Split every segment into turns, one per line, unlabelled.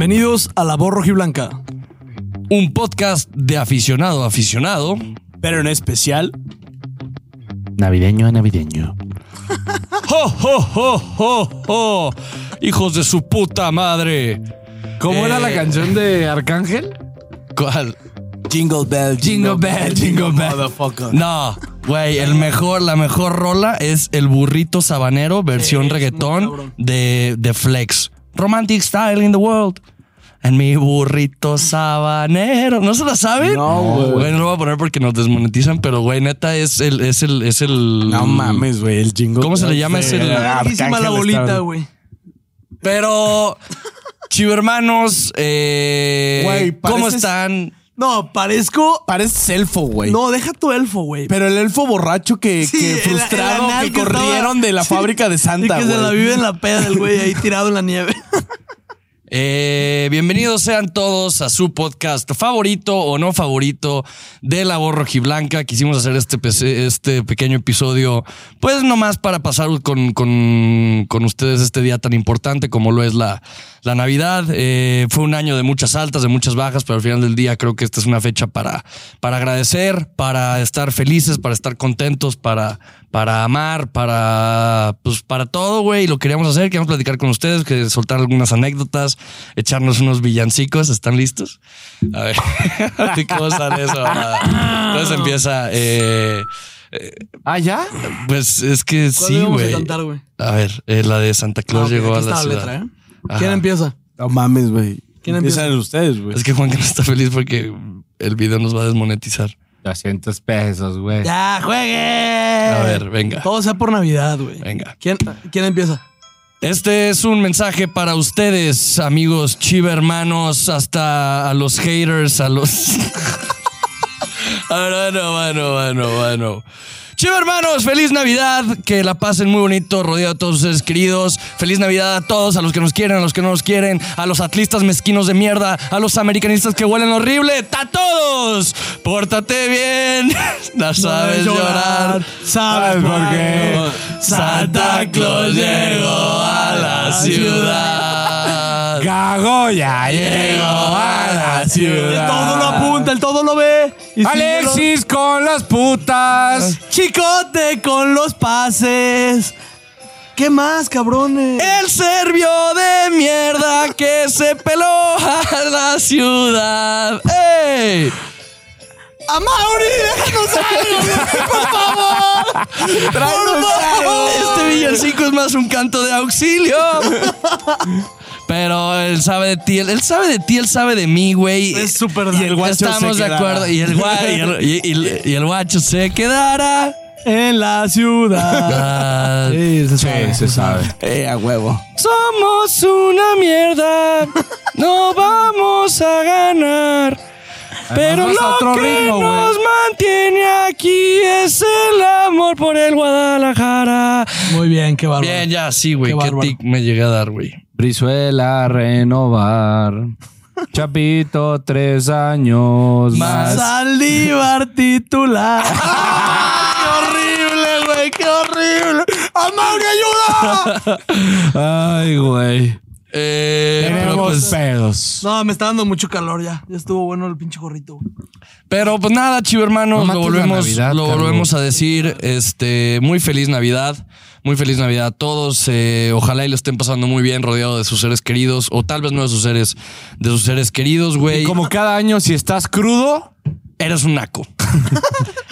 Bienvenidos a La Voz Rojiblanca,
un podcast de aficionado a aficionado.
pero en especial
Navideño a navideño.
¡Jo, jo, jo, jo, jo! ¡Hijos de su puta madre!
¿Cómo era
Eh.
la canción de Arcángel?
¿Cuál?
Jingle Bell,
Jingle Bell, Jingle Bell.
Motherfucker.
No, güey, el mejor, la mejor rola es el burrito sabanero, versión
Sí, es muy
reggaetón
cabrón.
de, de Flex. Romantic style in the world. En mi burrito sabanero. ¿No se la saben?
No, güey.
Güey, no lo voy a poner porque nos desmonetizan, pero güey, neta, es el, es el, es el.
No mames, güey, el jingle.
¿Cómo se le
Bell
llama
de
ese?
Buenísima
Arcángel
la Ah, bolita,
está-
güey.
Pero, chivo hermanos, eh,
Güey,
¿cómo
pareces-
están?
No, parezco.
Parece elfo, güey.
No, deja tu elfo, güey.
Pero el elfo borracho que,
Sí,
que
el- el
frustrado
anal
que
que estaba-
corrieron de la
Sí.
fábrica de
Y
Santa,
que se la
güey.
vive en la peda del güey ahí tirado en la nieve.
Eh, bienvenidos sean todos a su podcast favorito o no favorito de la voz rojiblanca. Quisimos hacer este, pe- este pequeño episodio, pues nomás para pasar con, con- con ustedes este día tan importante como lo es la, la Navidad. Eh, fue un año de muchas altas, de muchas bajas, pero al final del día creo que esta es una fecha para, para agradecer, para estar felices, para estar contentos, para, para amar, para, pues, para todo, güey. Y Lo queríamos hacer, queríamos platicar con ustedes, que soltar algunas anécdotas, echarnos unos villancicos. ¿Están listos? A ver, ¿cómo sale eso? Entonces empieza, eh,
¿Ah, ya?
pues es que
¿Cuál
sí,
íbamos a
güey.
cantar, güey?
A ver, eh, la de Santa Claus
Ah, ok,
llegó
aquí
a
está
la ciudad.
letra, ¿eh?
Ajá.
¿Quién empieza?
No mames, güey.
¿Quién
Empiezan ustedes, güey.
Es que Juan que no está feliz porque el video nos va a desmonetizar.
200 pesos, güey.
Ya, juegue.
A ver, venga.
Eh, Todo sea por Navidad, güey.
Venga.
¿Quién, ¿Quién empieza?
Este es un mensaje para ustedes, amigos chiva hermanos, hasta a los haters, a los. Ah, no, no, no, no, no, no. Chiva hermanos, feliz Navidad, que la pasen muy bonito, rodeado de todos sus seres queridos. Feliz Navidad a todos, a los que nos quieren, a los que no nos quieren, a los atlistas mezquinos de mierda, a los americanistas que huelen horrible, ¡a todos! Pórtate bien, no sabes llorar.
¿Sabes por qué?
Santa Claus llegó a la ciudad.
Gagoya llegó a la
El todo lo
ciudad.
apunta, el todo lo ve. Y sigue
Alexis con las putas.
lo- Chicote con los pases. ¿Qué más, cabrones?
El serbio de mierda que se peló a la ciudad. ¡Ey!
¡A Mauri! ¡Déjanos algo, por favor! ¡Por favor!
Este villancico es más un canto de auxilio. Pero él sabe de ti, él, él sabe de ti, él sabe de mí, güey.
Es súper
Y el guacho
Estamos
se
de
quedará.
acuerdo. Y el, gua- y el- y- y- y el guacho se quedará.
En la ciudad.
Ah,
Sí, se sabe.
se sabe.
Eh, a huevo.
Somos una mierda. No vamos a ganar. Pero
vas a
lo
otro
que
ritmo, güey.
nos mantiene aquí es el amor por el Guadalajara.
Muy bien, qué bárbaro.
Bien, ya, sí, güey.
Qué
Qué,
bárbaro.
tic me llegué a dar, güey.
Brizuela a renovar. Chapito, tres años más.
Saldívar titular.
¡Qué horrible, güey! ¡Qué horrible!
¡Mauri, ayuda!
Ay, güey.
pero, pues,
pedos.
No, me está dando mucho calor ya. Ya estuvo bueno el pinche gorrito. güey.
pero, pues, nada, chivo hermanos, lo
No mates la
volvemos,
Navidad,
lo volvemos
Carlos.
a decir. Este, muy feliz Navidad. Muy feliz Navidad a todos. eh, ojalá y lo estén pasando muy bien, rodeado de sus seres queridos, o tal vez no de sus seres, de sus seres queridos, güey.
Como cada año, si estás crudo,
Eres un naco.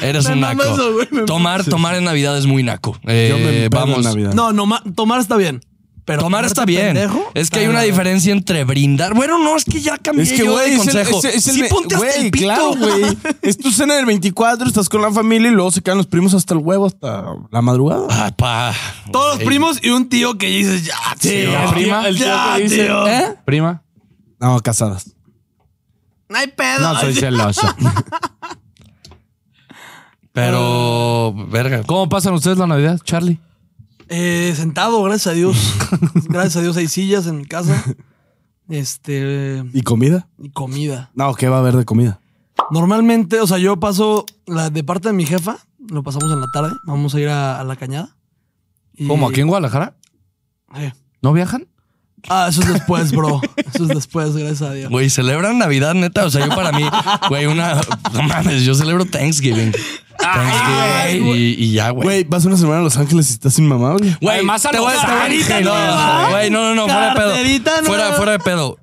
Eres
Me
un
mama
naco.
eso, güey, me-
tomar, tomar en Navidad es muy naco.
yo
Eh,
me empedo en
vamos.
Navidad.
No, no, ma- tomar está bien. Pero
Tomar está
ponerte
bien.
pendejo,
es que hay
está
una
bien.
diferencia entre brindar. Bueno, no, es que ya cambié
Es que,
yo
güey,
de
es el-
consejo.
es el- es el
sí,
me-
ponte hasta
güey,
el pito.
claro, güey. Es tu cena del 24, estás con la familia y luego se quedan los primos hasta el huevo, hasta la madrugada.
Ah, pa.
Todos los
Güey.
primos y un tío que dices, ya, tío.
la
tío,
prima, el tío
ya,
que dice,
tío.
¿Eh?
Prima,
No, casadas.
No hay pedo.
no soy celoso.
Pero, verga.
¿Cómo pasan ustedes la Navidad, Charlie?
Eh, sentado, gracias a Dios. gracias a Dios hay sillas en mi casa. Este.
¿Y comida?
Y comida.
No, ¿qué va a haber de comida?
Normalmente, o sea, yo paso la, de parte de mi jefa, lo pasamos en la tarde. Vamos a ir a, a la cañada. Y-
¿Cómo aquí en Guadalajara?
Eh,
¿No viajan?
Ah, eso es después, bro. Eso es después, gracias a Dios.
Güey, ¿celebran Navidad, neta? O sea, yo para mí, güey, una... No mames, yo celebro Thanksgiving. Thanksgiving y, y ya, güey.
Güey, vas una semana a Los Ángeles y estás sin mamá, güey.
Güey,
Además, a
te
Los
voy te voy-
Ángeles.
No, güey, no, no, no, fuera de
Carterita
pedo.
nueva.
Fuera, fuera de pedo.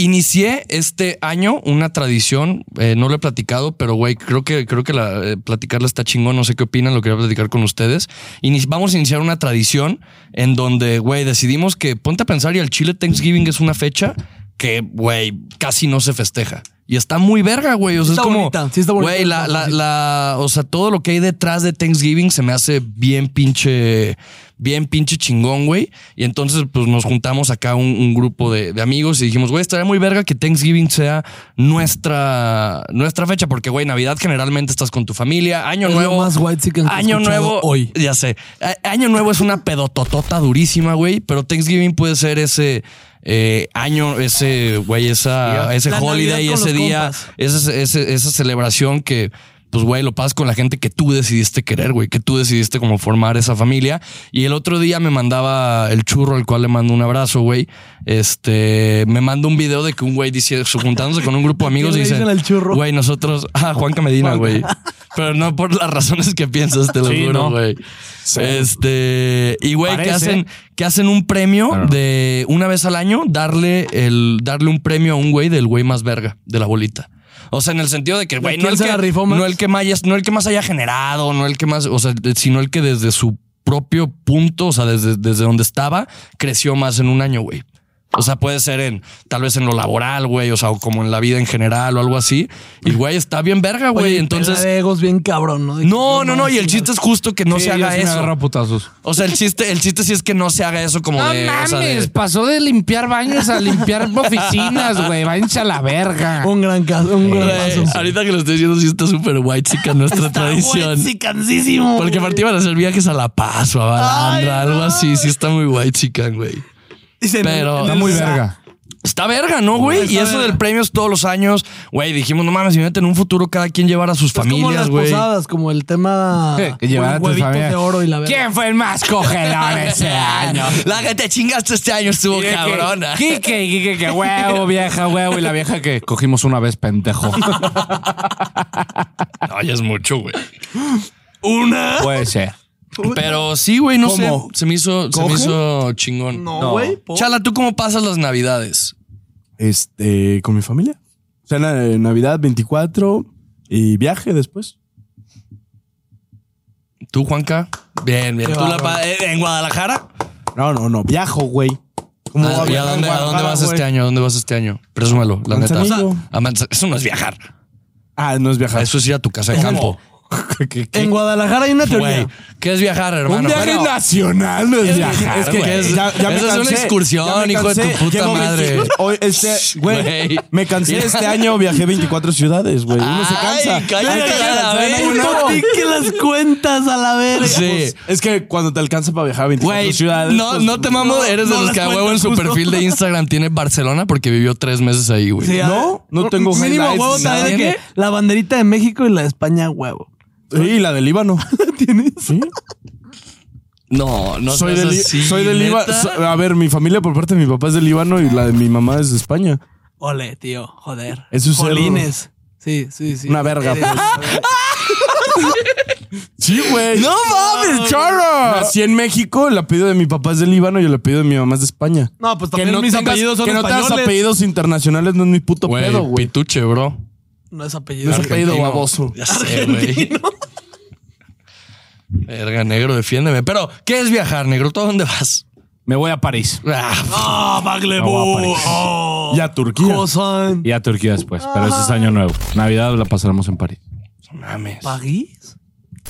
Inicié este año una tradición, eh, no lo he platicado, pero güey, creo que, creo que la, eh, platicarla está chingón, no sé qué opinan, lo quería platicar con ustedes. Ini- vamos a iniciar una tradición en donde, güey, decidimos que, ponte a pensar, y al Chile Thanksgiving es una fecha que, güey, casi no se festeja. Y está muy verga, güey. O sea,
Está
es como,
bonita, sí está bonita.
güey, la, la- la- o sea, todo lo que hay detrás de Thanksgiving se me hace bien pinche, bien pinche chingón, güey. Y entonces, pues nos juntamos acá un, un grupo de, de amigos y dijimos, güey, estaría muy verga que Thanksgiving sea nuestra, nuestra fecha, porque, güey, Navidad generalmente estás con tu familia, Año
Es lo
Nuevo.
más white chicken que he
Año
escuchado
Nuevo.
hoy.
Ya sé. A- Año Nuevo es una pedototota durísima, güey, pero Thanksgiving puede ser ese. eh, año, ese, güey, esa, ese
La
holiday,
Navidad con
ese
los
día,
compas.
esa, esa, esa celebración que, pues, güey, lo pasas con la gente que tú decidiste querer, güey, que tú decidiste como formar esa familia. Y el otro día me mandaba el churro, al cual le mando un abrazo, güey. Este, me manda un video de que un güey dice, su- juntándose con un grupo de amigos,
¿Quién le
dice,
dicen al churro?
güey, nosotros, ah, Juanca Medina, güey. Pero no por las razones que piensas, te lo
Sí,
juro,
no.
güey. Este, y güey, que
Parece.
hacen, que hacen un premio
Claro.
de una vez al año darle el, darle un premio a un güey del güey más verga de la bolita. O sea, en el sentido de que, güey, no
quién
el
se
que,
la rifó más?
no el que más, haya- no el que más haya generado, no el que más, o sea, sino el que desde su propio punto, o sea, desde, desde donde estaba, creció más en un año, güey. O sea, puede ser en, tal vez en lo laboral, güey, o sea, o como en la vida en general o algo así. Y güey, está bien verga, güey.
Oye,
Entonces,
pela de egos bien cabrón, ¿no? De que
no, no, no. Y el
sí,
chiste es justo que no
Sí,
se
yo
haga
sí me agarro
eso.
a putazos. Pues,
O sea, el chiste, el chiste sí es que no se haga eso como
No
de. o
mames,
sea, de-
pasó de limpiar baños a limpiar oficinas, güey. Váyanse a la verga. Eh,
Un gran caso, un gran
Güey,
caso.
ahorita que lo estoy diciendo, sí está súper white chica nuestra tradición.
Sí, cansísimo.
Porque aparte iban a hacer viajes a La Paz o a Balandra, algo así. Sí está muy white chica, güey.
Dicen,
pero-
Está
en el-
muy verga.
Está verga, ¿no, güey?
Está
Y eso
verga.
del premio es todos los años. Güey, dijimos, no mames, imagínate en un futuro cada quien llevar a sus
Es como
familias,
las
güey.
posadas, como el tema
Eh, que llevar a
hue-
tu
huevitos
familia.
de oro y la verga.
¿Quién fue el más cogelón ese año?
La que te chingaste este año estuvo
Y de que,
cabrona.
Quique, y Quique, que huevo, vieja, huevo. Y la vieja que cogimos una vez, pendejo.
No, ya es mucho, güey.
Puede ser.
Pero sí, güey, no
¿Cómo?
sé. Se me hizo, se me
¿Cogen?
hizo chingón.
No, güey. po-
Chala, ¿tú cómo pasas las navidades?
Este, con mi familia. O sea, na- Navidad 24 y viaje después.
¿Tú, Juanca? Bien, bien.
Qué
¿Tú la
bárbaro.
pa- eh, en Guadalajara?
No, no, no, viajo, güey. ¿Cómo
Ah,
voy
¿y a,
viajar en
dónde, a dónde
Guadalajara,
vas
güey?
este año? ¿A dónde vas este año? Presúmelo, la neta.
Manzanillo.
O sea, a Manza- Eso no es viajar.
Ah, no es viajar.
Eso es ir a tu casa de campo.
¿Qué- qué?
En Guadalajara hay una
Güey,
teoría.
¿qué es viajar, hermano?
Un viaje
Bueno,
nacional no es viajar.
es que-
güey.
es-
me
esa es una
cansé,
excursión,
ya me
hijo de tu
cansé.
puta
Llevo
madre.
25 hoy, este, güey,
Güey.
me cansé este año, viajé 24 ciudades, güey. Uno se cansa.
Ay, cállate
Hay que
a la
descansar en
verga.
año nuevo.
Tú que las cuentas a la verga.
Sí.
Pues, Es que cuando te alcanza para viajar a 24
Güey,
ciudades.
no,
pues,
no te mamo, eres
no
de los
las
que a huevo
cuentas
en su
justo.
perfil de Instagram tiene Barcelona porque vivió tres meses ahí, güey.
Sí, a-
No, no tengo
Mínimo
highlights,
huevo
nada.
trae de que la banderita de México y la de España huevo.
Sí, la de Líbano.
¿Tienes?
Sí.
No, no
soy, de
seas
Li-
así,
soy de Líbano.
neta.
A ver, mi familia por parte de mi papá es de Líbano y la de mi mamá es de España.
Ole, tío, joder.
Eso es ser-
Jolines. Sí, sí, sí.
Una verga, pues.
Eres-
Sí, güey.
¡No mames,
charro! Nací en México, el apellido de mi papá es de Líbano y el apellido de mi mamá es de España.
No, pues
Que
también
no
mis
tengas-
apellidos son
que no tengas
españoles.
apellidos internacionales no es mi puto
Güey,
pedo, güey.
pituche, bro.
No es apellido.
No es
güey.
apellido
Argentino.
baboso.
Ya sé, güey. Verga, negro, defiéndeme. Pero, ¿qué es viajar, negro? ¿Tú a dónde vas?
Me voy a París
Ah,
Ah,
No,
Maglebo.
París.
Oh,
Y a Turquía.
Cosan.
y a Turquía después. Pero ese es año nuevo. Navidad la pasaremos en París.
mames.
¿París?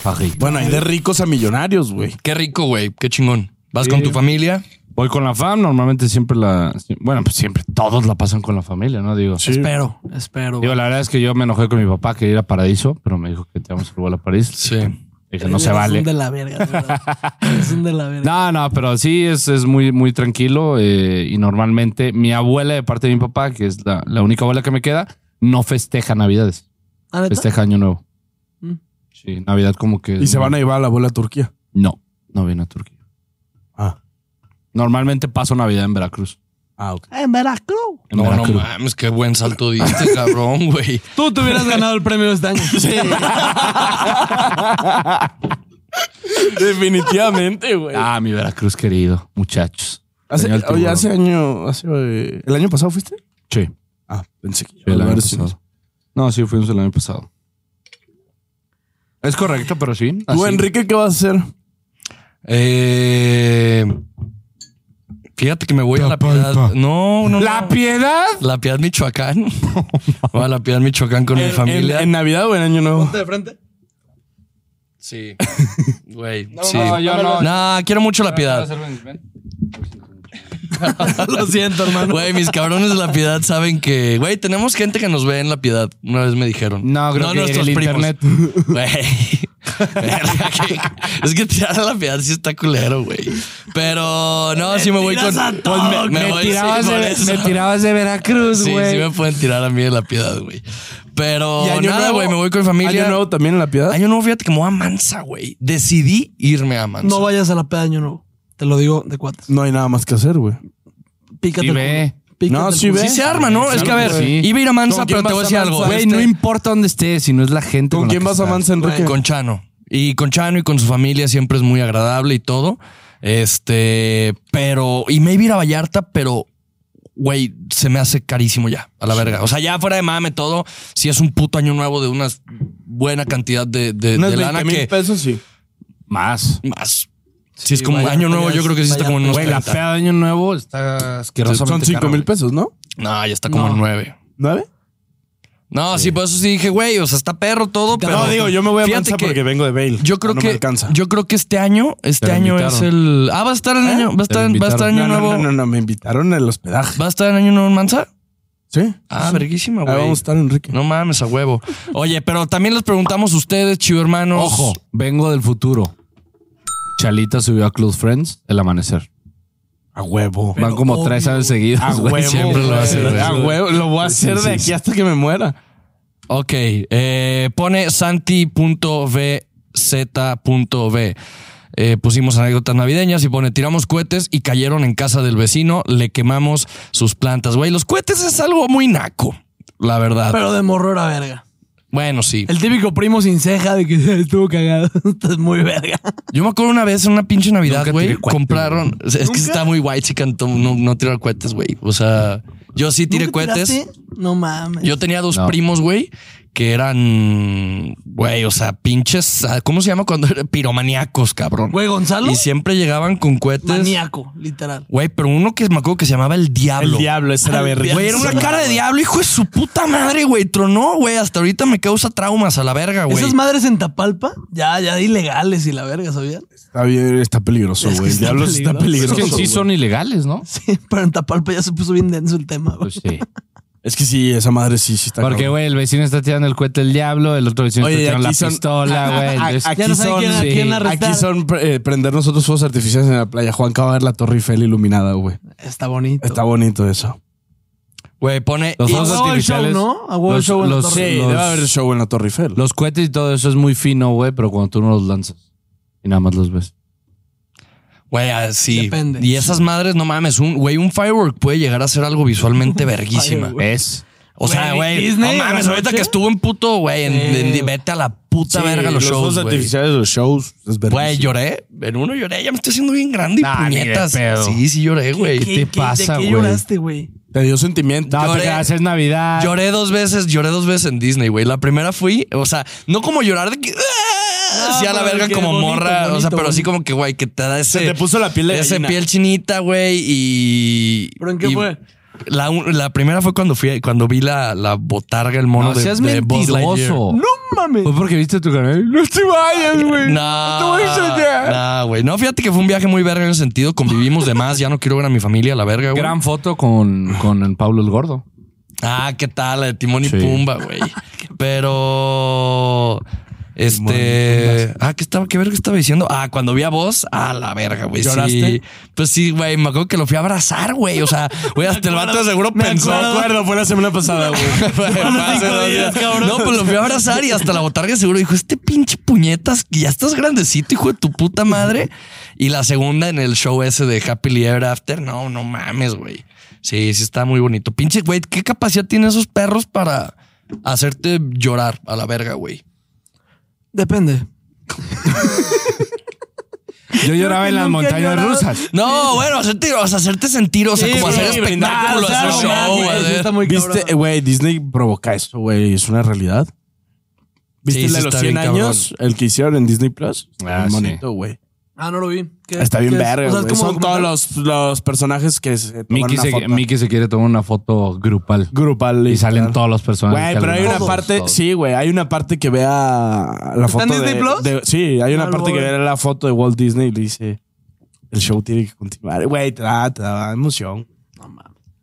París.
Bueno, hay de ricos a millonarios, güey.
Qué rico, güey. Qué chingón. Vas con tu familia.
Voy con la fam, normalmente siempre la... Bueno, pues siempre todos la pasan con la familia, ¿no? Digo,
Espero, espero.
digo la verdad es que yo me enojé con mi papá que ir a Paraíso, pero me dijo que te vamos a llevar a París.
Sí.
Dije, no
Eres
se vale.
un de la verga, de verdad. Eres un de la verga.
No, no, pero sí es, es muy, muy tranquilo eh, y normalmente mi abuela de parte de mi papá, que es la, la única abuela que me queda, no festeja Navidades,
Ah, ¿neta?
festeja Año Nuevo.
Mm.
Sí, Navidad como que...
Y se van a llevar a la abuela a Turquía.
No, no viene a Turquía.
Ah.
Normalmente paso Navidad en Veracruz.
Ah, ok.
En Veracruz.
en
No,
Veracruz.
no mames, qué buen salto diste, cabrón, güey.
Tú te hubieras ganado el premio este año.
Definitivamente, güey.
Ah, mi Veracruz querido, muchachos.
Hace,
Tenía el
oye,
tiburón.
hace año. Hace, eh, ¿El año pasado fuiste?
Sí,
Ah, pensé que
el año
Álvaro, sí.
pasado. No, sí, fuimos el año pasado. Es correcto, pero sí.
¿Tú,
Ah,
así.
Enrique, qué vas a hacer?
Eh, fíjate que me voy a la piedad. No, no.
¿La
no.
piedad?
La piedad Michoacán. Voy a la piedad Michoacán con mi familia.
¿En Navidad o en Año Nuevo?
de frente.
Sí. Güey. sí.
no,
No,
yo no.
quiero mucho la piedad.
Ah, Lo siento, hermano.
Güey, mis cabrones de la piedad saben que, güey, tenemos gente que nos ve en la piedad. Una vez me dijeron.
No, creo que el internet.
Güey. Verga, que- es que tirar a la piedad sí está culero, güey. Pero no, sí me voy con.
tiras a todo,
me- me voy, sí, por eso.
tirabas de Veracruz,
Sí, sí me pueden tirar a mí de la piedad, güey. Pero
¿Y Año
nada,
Nuevo?
güey, me voy con mi familia.
¿Año Nuevo también en La Piedad?
Año nuevo, fíjate que me voy a Mansa, güey. Decidí irme a Mansa.
No vayas a la peda de año nuevo. Te lo digo de cuates.
No hay nada más que hacer, güey.
Pícate.
Sí
el
ve.
culo. Pícate
No,
el
sí
culo.
Sí se arma, ¿no? Es que a ver,
Sí.
iba a ir a Mansa,
¿Con
pero
quién
te voy a
vas
decir
a
algo. este.
Mansa? Este,
Güey, no importa dónde estés, sino es la gente.
¿Con
la
quién
que
vas a
estás.
Mansa, Enrique?
Con Chano. Y con Chano y con su familia siempre es muy agradable y todo. Este, pero, y me iba a ir a Vallarta, pero, güey, se me hace carísimo ya, a la verga. O sea, ya fuera de mame todo, si es un puto año nuevo de una buena cantidad de, de-
Unas
de lana
20 mil
que
pesos, sí.
Más.
más. Si es como año nuevo, yo creo que sí está como en unos
Güey, la
30.
fea de Año Nuevo está
Son
asquerosamente
5
cara,
mil
güey.
pesos, ¿no?
No, ya está como en nueve.
¿Nueve?
No, sí. por eso sí dije, güey, o sea, está perro todo, pero.
No, digo, yo me voy a
Fíjate
Mansa
que
porque vengo de Bale.
Yo creo
Ah, no
que
me alcanza.
yo creo que este año, este
Te lo
año es el Ah, va a estar el año, va a
Te lo
estar va a estar
invitaron.
año
no, no,
nuevo.
no, no, no, me invitaron al hospedaje.
Va a estar el año nuevo en Mansa?
¿Sí?
Ah,
sí.
verguísima,
Ahí
güey.
vamos a estar, Enrique.
No mames, a huevo. Oye, pero también les preguntamos a ustedes, chivo hermanos.
Ojo, vengo del futuro. Chalita subió a Close Friends el amanecer.
A huevo.
Van como tres años seguidos.
A
güey.
huevo.
siempre lo
güey.
hace, güey.
A huevo. Lo voy a hacer
sí,
de
sí.
aquí hasta que me muera.
Ok, eh, pone santi.vz.v. Eh, pusimos anécdotas navideñas y pone tiramos cohetes y cayeron en casa del vecino, le quemamos sus plantas. Güey, los cohetes es algo muy naco, la verdad.
Pero de morro era verga.
bueno, sí.
El típico primo sin ceja de que estuvo cagado. Esto es muy verga.
Yo me acuerdo una vez en una pinche Navidad,
Nunca
güey,
tiré cohetes,
compraron. o sea, Es que está muy white chican to- no, no tirar cohetes, güey. O sea, yo sí tiré
¿Nunca
cohetes.
tiraste? No mames.
Yo tenía dos
No.
primos, güey, que eran, güey, o sea, pinches, ah, ¿cómo se llama cuando eran piromaniacos, cabrón?
Güey, Gonzalo.
Y siempre llegaban con cohetes.
Maníaco, literal.
Güey, pero uno que me acuerdo que se llamaba el diablo.
El diablo, esa era verga.
Güey, era una cara de diablo, hijo de su puta madre, güey. Tronó, güey. Hasta ahorita me causa traumas a la verga, Ah, güey.
Esas madres en Tapalpa, ya, ya de ilegales y la verga, ¿sabían?
Está bien, está peligroso,
Es que
güey. El
está
diablo sí está
peligroso.
Es que en
peligroso.
sí
güey.
son ilegales, ¿no?
Sí, pero en Tapalpa ya se puso bien denso el tema, güey.
Pues sí.
Es que sí, esa madre sí, sí está.
Porque,
cabrón.
güey, el vecino está tirando el cohete del diablo, el otro vecino
Oye,
está
y
tirando la
aquí son-
pistola, güey.
a-
entonces-
aquí
ya no saben
son-
quién, a
sí.
quién arrestar.
Aquí son eh, prender nosotros fuegos artificiales en la playa. Juanca va a ver la Torre Eiffel iluminada, güey.
Está bonito.
Está bonito eso.
Güey, pone.
Los
y-
dos
a huevo el show,
artificiales.
¿no? A huevo el
los-
show en la
los-
torre.
los-
debe haber show en la Torre Eiffel.
Los cohetes y todo eso es muy fino, güey, pero cuando tú no los lanzas y nada más los ves.
Güey, así.
Depende.
Y esas madres, no mames, un güey, un firework puede llegar a ser algo visualmente verguísima.
Firework.
¿Ves?
O sea,
Güey,
güey, no
Disney,
mames,
la
ahorita
noche.
que estuvo en puto, güey, en, en-
Sí.
vete a la puta
Sí,
verga los,
fuegos
shows, güey.
artificiales, los shows. Es
Güey,
verguísima.
lloré, en uno lloré, ya me estoy haciendo bien grande y
Nah, ni de
puñetas.
pedo.
Sí, sí lloré, güey.
¿Qué te pasa,
¿De qué
güey?
lloraste, güey?
Te dio sentimiento.
No,
Lloré.
te creas, es
Ah.
Navidad.
Lloré dos veces, lloré dos veces en Disney, güey. La primera fui, o sea, no como llorar de que. "Ah",
No,
Sí, a la
pero
verga
que
como
bonito,
morra, o sea,
bonito,
pero así
bonito.
como que, güey, que te da ese.
Se te puso la piel de
Ese
gallina.
piel chinita, güey, y.
¿Pero en qué
y
fue?
La, un- la primera fue cuando fui, cuando vi la, la botarga, el mono
No
de,
seas
de Buzz Lightyear.
mentiroso.
No mames.
Fue porque viste tu canal. No te vayas, güey.
No,
Te voy a enseñar.
no, güey. No, fíjate que fue un viaje muy verga en ese sentido. Convivimos de más. Ya no quiero ver a mi familia, la verga, güey.
Gran foto con, con el Pablo el Gordo.
Ah, ¿qué tal? La de Timón y
Sí.
Pumba, güey. Pero.
Timón y
Este. Ah, ¿qué estaba? ¿Qué verga estaba diciendo? Ah, cuando vi a vos, ah, la verga, güey.
¿Lloraste?
Sí. Pues sí, güey. Me acuerdo que lo fui a abrazar, güey. O sea, güey, hasta el vato seguro pensó.
Me acuerdo, fue la semana pasada, güey.
Fue hace dos días. No, pues lo fui a abrazar y hasta la botarga seguro dijo, este pinche puñetas, que ya estás grandecito, hijo de tu puta madre. Y la segunda en el show ese de Happy Ever After, no, no mames, güey. Sí, sí está muy bonito. Pinche, güey, ¿qué capacidad tienen esos perros para hacerte llorar a la verga, güey?
Depende.
Yo lloraba en las
nunca he
montañas
llorado.
rusas.
No, bueno, hacerte, o sea, hacerte sentir, o sea,
Sí,
como
sí,
hacer espectáculo,
brindar,
hacer
o sea,
show,
brindar, sí,
hacer-
está muy cabrón.
¿Viste, eh, güey, Disney provoca eso, güey, es una realidad. ¿Viste
Sí,
el
sí
de los
está
100
bien cabrón.
años? El que hicieron en Disney Plus.
Ah,
Bien
sí.
bonito, güey.
Ah, no lo vi. ¿Qué-
Está
qué
bien
es?
verga,
O sea, es
güey.
como
Son todos
documental.
los, los personajes que se toman
Mickey
una
se,
foto.
Mickey se quiere tomar una foto grupal.
Grupal.
Y salen
literal.
todos los personajes.
Güey,
que
pero hay
hablan.
una
Todos,
parte,
todos.
sí, güey, hay una parte que vea la
¿Está en
foto de,
Disney Plus?
de- sí, hay una
Ah, lo
parte
voy
que
a ver.
ve la foto de Walt Disney y le dice, el show tiene que continuar. Güey, te da, te da emoción.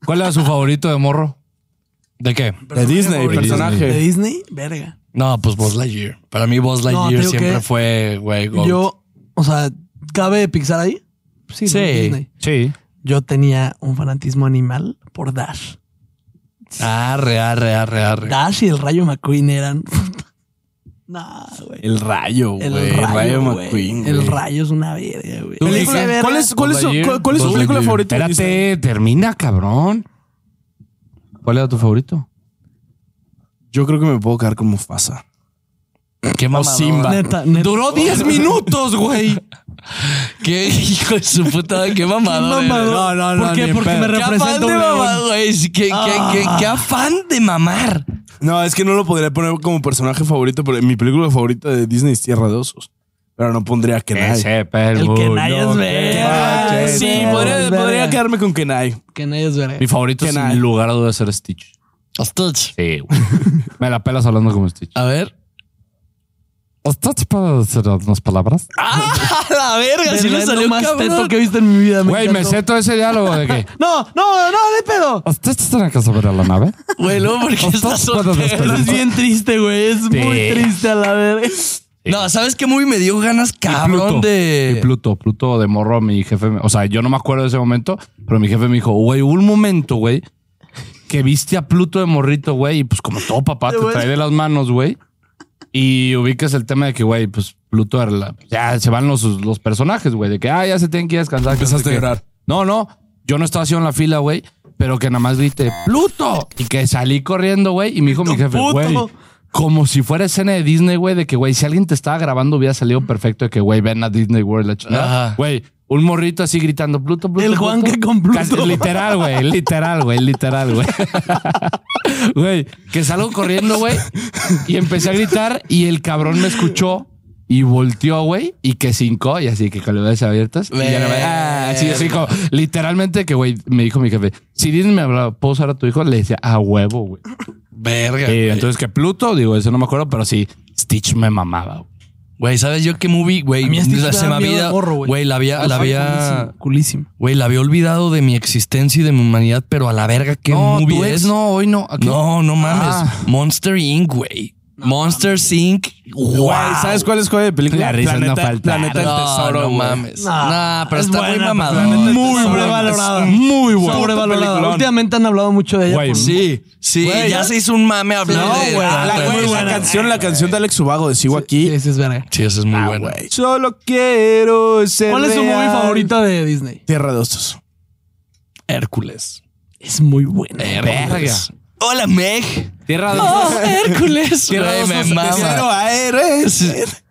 ¿Cuál era su favorito de morro? ¿De qué?
Personaje
Disney,
favorito.
personaje.
De Disney, verga.
No, pues Buzz Lightyear. Para mí Buzz
No,
Lightyear
te digo
siempre
que-
fue, güey, goat.
Yo, o sea, ¿cabe Pixar ahí? Sí. ¿no?
Sí.
Disney.
Sí.
Yo tenía un fanatismo animal por Dash.
Arre, arre, arre, arre.
Dash y el Rayo McQueen eran... Nah, güey.
El rayo, güey.
El rayo, güey.
McQueen.
El
güey.
rayo es una verga, güey.
¿Tú,
Película
Rica?
verga.
¿Cuál es, cuál es su,
Lightyear.
cuál- cuál es su
Buzz
película
Lightyear.
favorita? de Disney?
Espérate, termina, cabrón. ¿Cuál era tu favorito?
Yo creo que me puedo quedar con Mufasa.
Qué mamador.
Simba.
Neta, neta.
Duró 10 minutos, güey. Qué hijo de su puta, qué mamador.
Qué mamador.
eres.
No, no, ¿Por no, qué? ni en Porque pedo. Ah. me
Qué
representa
afán
un
de
león.
mamar, güey. Sí, Qué, qué- qué- qué afán de mamar.
No, es que no lo podría poner como personaje favorito, pero mi película favorita de Disney es Tierra de Osos. Pero no pondría a Kenai.
El
perro.
que nadie es verga.
Ah,
Ay,
sí,
verga,
podría,
verga.
podría quedarme con Kenai.
Que nadie es verga.
Mi favorito
Que
sin
nadie.
lugar a dudas era Stitch.
Hostos.
Sí, güey. Me la pelas hablando como Stitch.
A ver.
¿Stitch puede decir unas palabras?
¡Ah, la verga! Si
Del
le
es lo
salió
más teto
cabrón.
que he visto en mi vida. me
Güey, me
encantó.
sé todo ese diálogo de que...
No, no, no, de pedo.
¿Stitch tiene que saber a la nave?
Güey, luego porque está soltero.
Es bien triste, güey. Es muy triste a la verga.
No, ¿sabes qué movie me dio ganas
Pluto.
cabrón
Y
de...?
Pluto, Pluto de morro, mi jefe. me- O sea, yo no me acuerdo de ese momento, pero mi jefe me dijo, güey, hubo un momento, güey, que viste a Pluto de morrito, güey, y pues como todo papá te
Te voy a-
trae de las manos, güey. Y ubicas el tema de que, güey, pues Pluto era la- ya se van los, los personajes, güey, de que, ah, ya se tienen que ir a descansar. que no
Empezaste
sé
a
qué".
llorar.
No, no, yo no estaba haciendo la fila, güey, pero que nada más grité, Pluto, y que salí corriendo, güey, y me dijo mi jefe,
Pluto.
güey, como si fuera escena de Disney, güey, de que, güey, si alguien te estaba grabando hubiera salido perfecto de que, güey, ven a Disney World, la chingada.
Ajá.
Güey, un morrito así gritando, Pluto, Pluto.
El Juan que con Pluto.
Casi- literal, güey, literal, güey, literal, güey. Güey, que salgo corriendo, güey, y empecé a gritar y el cabrón me escuchó. Y volteó, güey, y que cinco, y así que con las veces abiertas. Y ya no me- ah, así, así como, literalmente que, güey, me dijo mi jefe, si Disney me hablaba, ¿puedo usar a tu hijo? Le decía, a huevo, güey.
Verga.
Eh,
güey.
entonces que Pluto, digo, eso no me acuerdo, pero sí, Stitch me mamaba. güey.
Güey, ¿sabes yo qué movie? Güey,
A mí Stitch
la-
me
se me
da miedo
había...
de morro, güey.
Güey, la había... La había...
Culísimo, Culísimo.
Güey, la había olvidado de mi existencia y de mi humanidad, pero a la verga, ¿qué movie es?
no, hoy no. aquí-
no, no mames.
Ah.
Monster Inc., güey. Monster Inc. Wow.
Güey, ¿sabes cuál es cuál de película?
La risa no
Planeta,
falta.
Planeta del
No,
Tesoro,
no
güey.
mames. No,
No,
pero
es
está muy
buena,
mamada.
pero
Muy
Tesoro.
sobrevalorada.
Es
Muy buena.
Sobrevalorada.
Peliculón.
Últimamente han hablado mucho de ella.
Güey,
por-
Sí, sí.
Güey,
ya
¿no?
se hizo un mame hablar
No,
de...
güey,
Ah,
La,
pero
güey,
es
la
buena.
canción, la canción de Alex Ubago de Sigo
Sí,
aquí.
ese es verga.
Sí, esa es muy
Ah,
buena.
güey. Solo quiero ser
¿Cuál es su movie
real.
favorita de Disney?
Tierra de Osos.
Hércules.
Es muy buena.
Eh, Verga. Hola, Meg.
Tierra de
Oh, Hércules.
Tierra
Güey,
de
me
osos,
mama.
De cero a
Es,
héroes.
es,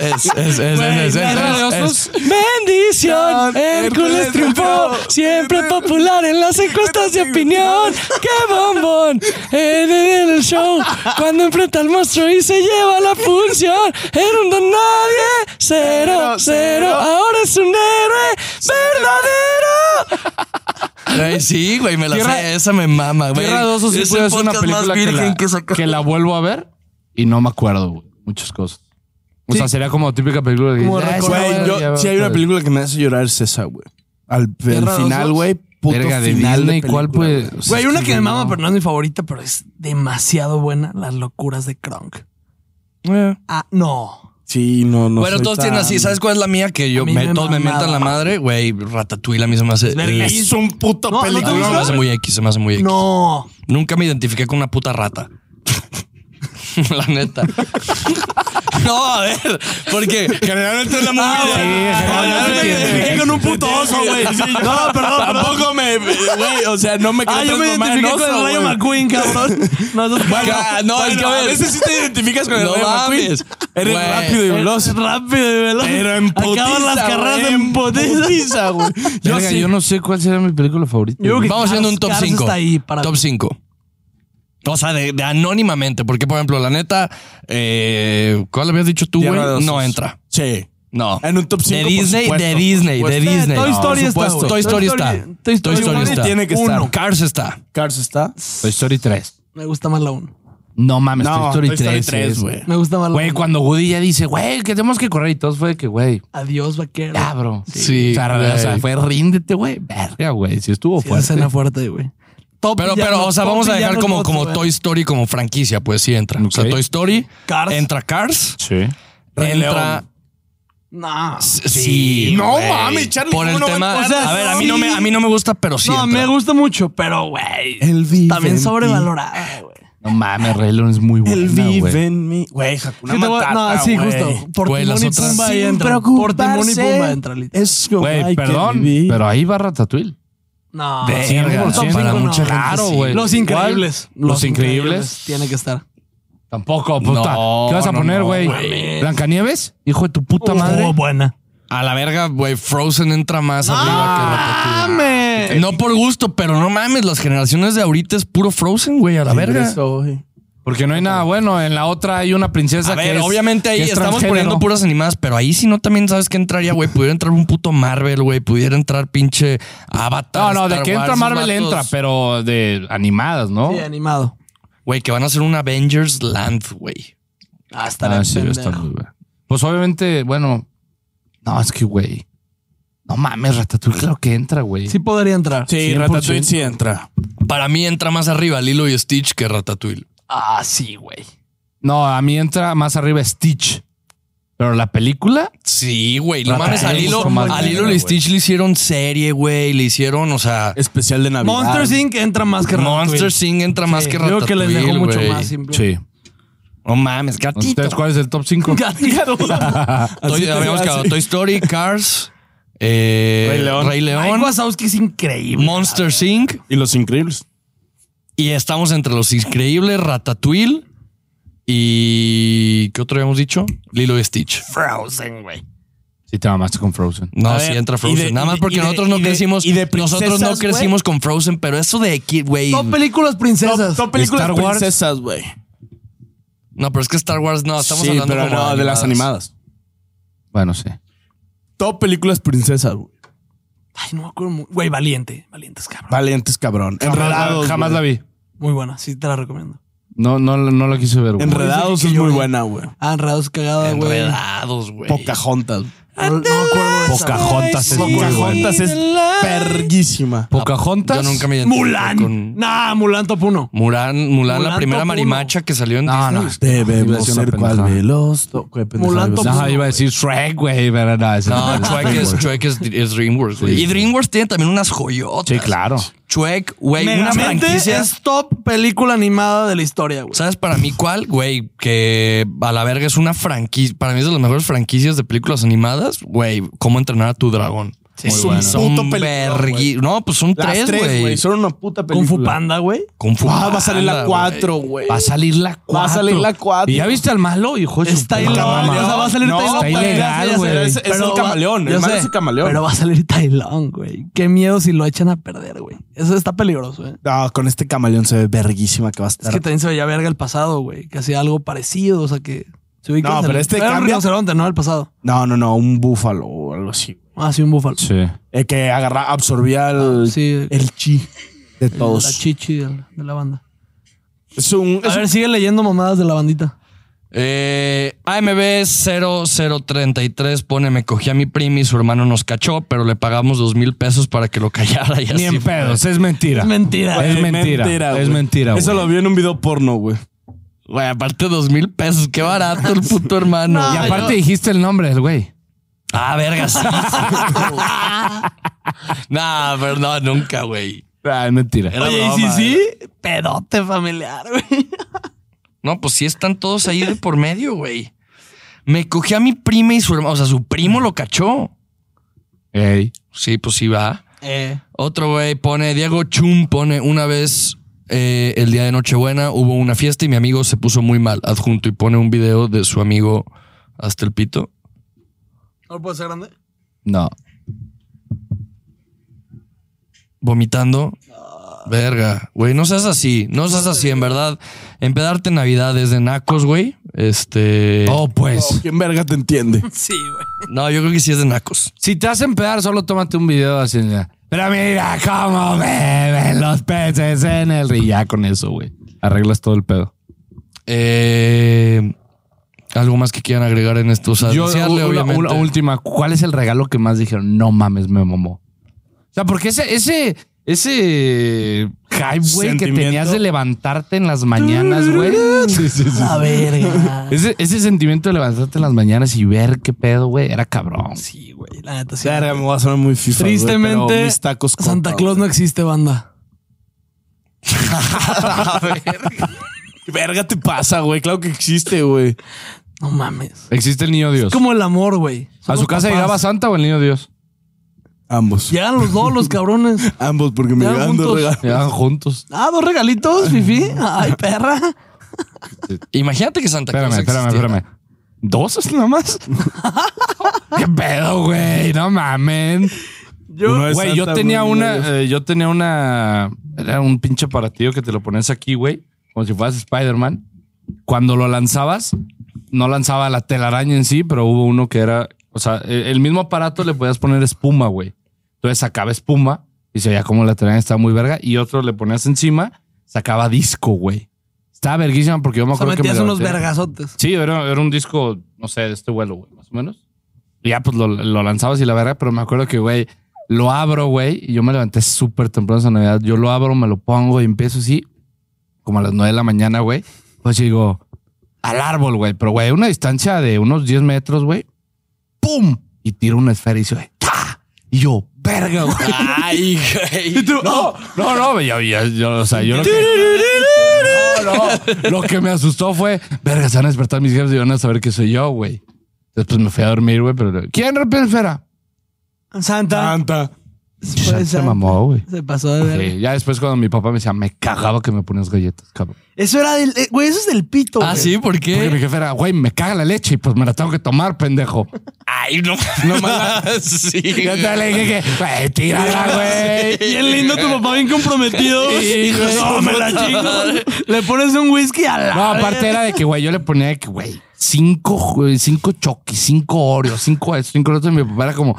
es, es, es,
Güey,
es,
Tierra de
es,
Osos.
es. Bendición, Hércules triunfó, siempre popular en las encuestas de opinión. ¡Qué bombón! En en el show, cuando enfrenta al monstruo y se lleva la función, era un don nadie, cero, cero, ahora es un héroe verdadero. Güey, sí, güey, me la
Tierra-
sé, esa me mama, güey.
Tierra de Osos sí
Es el
puede ser una
podcast más
película que
virgen
la,
que saca-
que la vuelvo a ver y no me acuerdo, güey. Muchas cosas. O sea, sería como típica película que
Como
"Ah,
recordar-
esa
Güey,
madre ya
yo,
va
si
a
hay una
estar".
película que me hace llorar es esa, güey. Al al
Tierra de
final,
Osos.
güey. Puto
Verga, de
final
Disney,
de
¿cuál
película,
puede-
güey.
Güey, una que me mama, pero no es mi favorita, pero es demasiado buena. Las locuras de Kronk. Ah, no.
Sí, no, no.
Bueno,
soy
todos tienen
tan-
así. ¿Sabes cuál es la mía? Que
A
yo
mí
me,
me
todos me
mamaba.
mentan la madre. Güey, Ratatouille a mí se me hace.
verga.
es-
Es un puto
No, no te
a mí
película.
se me hace muy X, se me hace muy X.
No.
Nunca me identifiqué con una puta rata. la neta. No, a ver, porque generalmente es la movida.
Ah,
sí,
Oye,
generalmente sí.
me identifiqué con un puto oso, güey.
No, perdón, tampoco me. Güey, o sea, no me quería
Ah, yo me
transformar en
identifiqué con el
oso,
Rayo
güey.
McQueen, cabrón. No, eso es
Ca- No, es que a
Bueno,
ver.
veces sí te identificas con el
No
Rayo McQueen.
mames.
Eres
Güey.
rápido y veloz.
Es rápido y veloz.
Pero en putiza,
Acaban las carreras
güey,
en putiza.
güey.
Yo,
Yo sí.
yo no sé cuál será mi película favorita.
Yo creo que
Vamos haciendo un top
Cars
5.
está ahí para
Top 5. O sea, de, de anónimamente, porque por ejemplo, la neta, eh, ¿cuál habías dicho tú,
Tierra de
güey?
osos.
No entra.
Sí.
No.
En un top
De
5,
Disney,
por
de
supuesto,
Disney,
por
de
supuesto.
Disney.
Toy
No,
Story
por
está,
supuesto.
güey.
Toy Story
Toy Story-
está.
Toy Story
Story
uno.
está.
Tiene que
Uno.
estar.
Cars está.
Cars está.
Toy Story 3.
Me gusta más la 1.
No mames,
No,
Toy Story
Toy
3.
Story
es-
3, güey.
Me gusta más la
Güey,
1.
cuando Woody ya dice, güey, que tenemos que correr y todos fue de que, güey,
Adiós, vaquero.
Ah,
ya, bro.
Sí,
O sea,
güey.
o sea, fue ríndete, güey. Verga, güey. Si estuvo
Sí,
fuerte.
escena fuerte, güey. Top
Pero,
villanos,
pero, o sea,
top
vamos a dejar
villanos
como,
gots,
como
güey.
Toy Story como franquicia, pues sí entra. O sea,
Ok.
Toy Story,
Cars.
entra Cars,
Sí.
Rey
entra.
Nah.
Sí.
No
güey.
mames, Charlie,
Por
¿cómo
el
no va a
tema.
entrar?
a ver, a mí, no
sí.
me, a mí no me gusta, pero sí.
No,
entra.
me gusta mucho, pero, güey. También sobrevalorada, güey.
No mames, Rey León es muy buena,
El vive
güey.
en mí. Güey, Hakuna
Sí, te voy-
Matata,
no, sí,
güey.
justo. Por
Güey, las
Timón y
otras-
Pumba ahí
Sin
entra. Por Timón y
preocuparse,
Pumba entra, literal.
Es como
Güey,
hay que
perdón,
vivir.
pero ahí va Ratatouille.
No,
Verga,
sí, por top
sí,
cinco
para mucha gente
Claro,
sí.
güey.
Los increíbles.
¿Los Increíbles?
Tiene que estar.
Tampoco, puta.
No,
¿Qué vas a
no,
poner,
no,
güey?
güey.
¿Blancanieves? Hijo de tu puta madre.
Estuvo Oh, buena.
A la verga, güey, Frozen entra más arriba que Ratatouille.
¡Mames!
No por gusto, pero no mames, las generaciones de ahorita es puro Frozen, güey, a la verga.
Eso, güey.
Porque no hay nada bueno. En la otra hay una princesa
A
que
ver,
es-
obviamente ahí
que es
estamos
transgénero.
poniendo puras animadas, pero ahí si no también sabes que entraría, güey. Pudiera entrar un puto Marvel, güey. Pudiera entrar pinche
No,
Avatar.
no, de
Star
que entra
Wars,
Marvel
esos vatos,
entra, pero de animadas, ¿no?
Sí, animado.
Güey, que van a hacer un Avengers Land, güey.
Ah, estará
Ah, sí,
pendejo.
está muy buena. Pues obviamente, bueno. No, es que, güey. No mames, Ratatouille, claro que entra, güey.
Sí podría entrar.
Sí,
100%.
Ratatouille sí entra.
Para mí entra más arriba Lilo y Stitch que Ratatouille.
Ah, sí, güey.
No, a mí entra más arriba Stitch. Pero la película,
Sí, güey. No mames, a
Ratatouille
Lilo,
es mucho más
a Lilo
verga,
y Stitch le hicieron serie, güey. Le hicieron, o sea,
Especial de Navidad.
Monsters Inc. entra más que
Monster Sing entra más que
Creo
Ratatouille,
que les dejó mucho
güey.
más simple.
sí.
No mames, gatito.
Entonces, ¿cuál es el top 5?
Gatito.
Toy,
Así te
habíamos
hace.
quedado Toy Story, Cars, eh,
Rey León.
Mike Wazowski es increíble.
Monster Inc.
Y Los Increíbles.
Y estamos entre Los Increíbles, Ratatouille y... ¿Qué otro habíamos dicho? Lilo y Stitch.
Frozen, güey.
Sí, te mamaste con Frozen.
No,
A
sí
ver,
entra
y
Frozen.
de-
Nada
y
más
de-
porque
y de-
nosotros no
y de-
crecimos...
y de
nosotros no
princesas, güey.
crecimos con Frozen, pero eso de Kid, güey...
Top películas princesas.
Top, top películas
Star Wars.
princesas, güey.
No, pero es que Star Wars no, estamos
sí,
hablando
pero
como
no, de las animadas.
Bueno, sí.
Top películas princesas, güey.
Ay, no me acuerdo. mu- Güey, Valiente. Valientes, cabrón.
Valientes, cabrón. Enredados.
jamás
güey.
la vi.
Muy buena. Sí, te la recomiendo.
No, no, no la quise ver, güey.
Enredados
Yo
es
dije que
muy
yo-
buena, güey.
Ah, Enredados cagada, güey. No,
Enredados, güey.
Pocahontas.
no me acuerdo de esa.
Pocahontas es muy buena.
Pocahontas es perguísima.
Pocahontas.
Yo nunca me identifiqué
Mulan.
con-
Nah, Mulan top 1.
Mulan, Mulan, la
Mulan
primera
top
marimacha que salió en
No, no.
Disney.
Debe
Dimos una
ser cual
pendejada.
veloz. to- güey, pendejada,
Mulan
güey.
top-
No, iba a decir Shrek, güey, pero no. ese
No,
es
Shrek es, Shrek es, es DreamWorks, güey. Y DreamWorks tiene también unas joyotas.
Sí, claro.
Shrek, güey, una
Megamente
franquicia.
es top película animada de la historia, güey.
¿Sabes para mí cuál? Güey, que a la verga es una franquicia. Para mí es de las mejores franquicias de películas animadas. Güey, cómo entrenar a tu dragón.
Es un puto
Son
película,
vergui- No, pues son
Las
tres,
tres, güey.
güey.
Son una puta
Kung
película.
Fu Panda, güey.
Kung Fu
Ah, va a salir la
Panda,
cuatro,
güey.
güey.
Va a salir la 4.
a salir la cuatro.
¿Y ya viste al malo, hijo de su
Está
puta
ilegal,
madre?
o sea, va a salir
no,
Taylor.
está
ya sé,
ilegal,
ya sé,
güey.
Es, es el
va-
camaleón.
yo
El malo
sé,
es el camaleón.
Pero va a salir Tailón, güey. Qué miedo si lo echan a perder, güey. Eso está peligroso, eh.
No, con este camaleón se ve verguísima que va a
Es
estar.
que también se veía verga el pasado, güey. Que hacía algo parecido, o sea que. Se ubica
No,
el-
pero este
Era un
cambia-
rinoceronte, ¿no? El pasado.
No, no, no, un búfalo o algo así.
Ah, sí, un búfalo.
Sí.
El que agarra, absorbía el,
Sí,
el chi de
la
todos.
chichi de, de la banda.
Es un.
A
es
ver, sigue leyendo mamadas de la bandita.
Eh, AMB 0033 pone, me cogí a mi prima y su hermano nos cachó, pero le pagamos dos mil pesos para que lo callara y
Ni
así
en
fue.
pedos, es mentira.
Es mentira.
Güey,
un-
es mentira,
güey.
es mentira,
Eso
güey.
lo vi en un video porno, güey.
Güey, aparte dos mil pesos, qué barato el puto hermano.
No,
Y
Ay,
aparte dijiste el nombre del güey.
Ah, vergas. nah, pero no, nunca, güey.
Ah, es mentira.
Era
Oye, y
broma,
si sí, pedote familiar, güey.
No, pues sí están todos ahí de por medio, güey. Me cogí a mi prima y su hermano, o sea, su primo lo cachó.
Ey.
Sí, pues sí va.
Eh,
Otro güey pone, Diego Chum pone, una vez eh, el día de Nochebuena hubo una fiesta y mi amigo se puso muy mal, adjunto, y pone un video de su amigo hasta el pito.
¿No lo puedo hacer grande?
No.
vomitando. Verga, güey, no seas así, no seas así, en verdad. Empedarte en Navidad es de nacos, güey. Este.
Oh, pues.
Oh, ¿Quién verga te entiende?
Sí, güey.
No, yo creo que sí es de nacos.
Si te hacen pedar, solo tómate un video así. mira. Pero mira cómo beben los peces en el río. Ya con eso, güey. Arreglas todo el pedo.
Eh, Algo más que quieran agregar en esto. O sea,
Yo,
desearle,
una- una,
obviamente.
última. ¿Cuál es el regalo que más dijeron? No mames, me mamó. O sea, porque ese, ese, ese hype, güey, que
Sentimiento.
tenías de levantarte en las mañanas, güey.
La verga.
Ese, ese sentimiento de levantarte en las mañanas y ver qué pedo, güey, era cabrón.
Sí, güey, la neta sí.
Verga, me voy a sonar muy FIFA. güey,
Tristemente,
pero mis tacos con
Santa
papa.
Claus no existe, banda.
¿Qué verga te pasa, güey? Claro que existe, güey.
No mames.
Existe el niño Dios.
Es como el amor, güey.
¿A
Son
su
los
casa
papás.
llegaba Santa o el niño Dios?
Ambos.
Llegan los dos, los cabrones.
Ambos, porque me
Ya
llegaron dos
juntos.
regalos.
Llegaban juntos.
Ah, dos regalitos, Fifi. Ay, perra.
Imagínate que Santa Claus.
Espérame, espérame,
existiera.
espérame. ¿Dos es nada más? ¿Qué pedo, güey? No mamen.
Uno es
Güey, yo
Santa,
tenía
uno es
una, eh, yo tenía una, era un pinche aparatillo que te lo ponías aquí, güey, como si fueras Spider-Man. Cuando lo lanzabas, no lanzaba la telaraña en sí, pero hubo uno que era, o sea, e- el mismo aparato le podías poner espuma, güey. Entonces sacaba espuma y se veía como la telaraña estaba muy verga y otro le ponías encima, sacaba disco, güey. Estaba verguísima porque yo me
O sea,
acuerdo que me
metías unos
levanté-
vergazotes.
Sí, era, era un disco, no sé, de este vuelo, güey, más o menos. Y ya, pues lo, lo lanzabas y la verga, pero me acuerdo que, güey, lo abro, güey, y yo me levanté súper temprano esa Navidad. Yo lo abro, me lo pongo y empiezo así, como a las nueve de la mañana, güey. Pues digo, al árbol, güey, pero, güey, a una distancia de unos 10 metros, güey. ¡Pum! Y tiro una esfera y dice, güey, ¡ta! Y yo, verga, güey.
Ay, güey.
No, no, no, yo, yo- yo, o sea, yo lo que, No, no, lo que me asustó fue, verga, se van a despertar mis jefes y van a saber que soy yo, güey. Después me fui a dormir, güey, pero ¿quién rompió la esfera?
Santa.
Santa.
Fue
Se
Santa.
mamó, güey.
Se pasó de verga.
Sí, ya después cuando mi papá me decía, me cagaba que me ponías galletas, cabrón.
Eso era del. eh, Güey, eso es del pito.
Ah,
güey.
sí, ¿por
Porque mi
qué?
jefe era, güey, me caga la leche y pues me la tengo que tomar, pendejo.
Ay, no. No mames. Sí.
Yo te le dije que, güey, tírala, güey.
Bien lindo tu papá, bien comprometido.
Sí, güey.
no, me la chingo. Le pones un whisky a la.
No, aparte era de que, güey, yo le ponía de que, güey, cinco, güey, cinco choquis, cinco oreos, cinco esto, cinco lo otro. Y mi papá era como,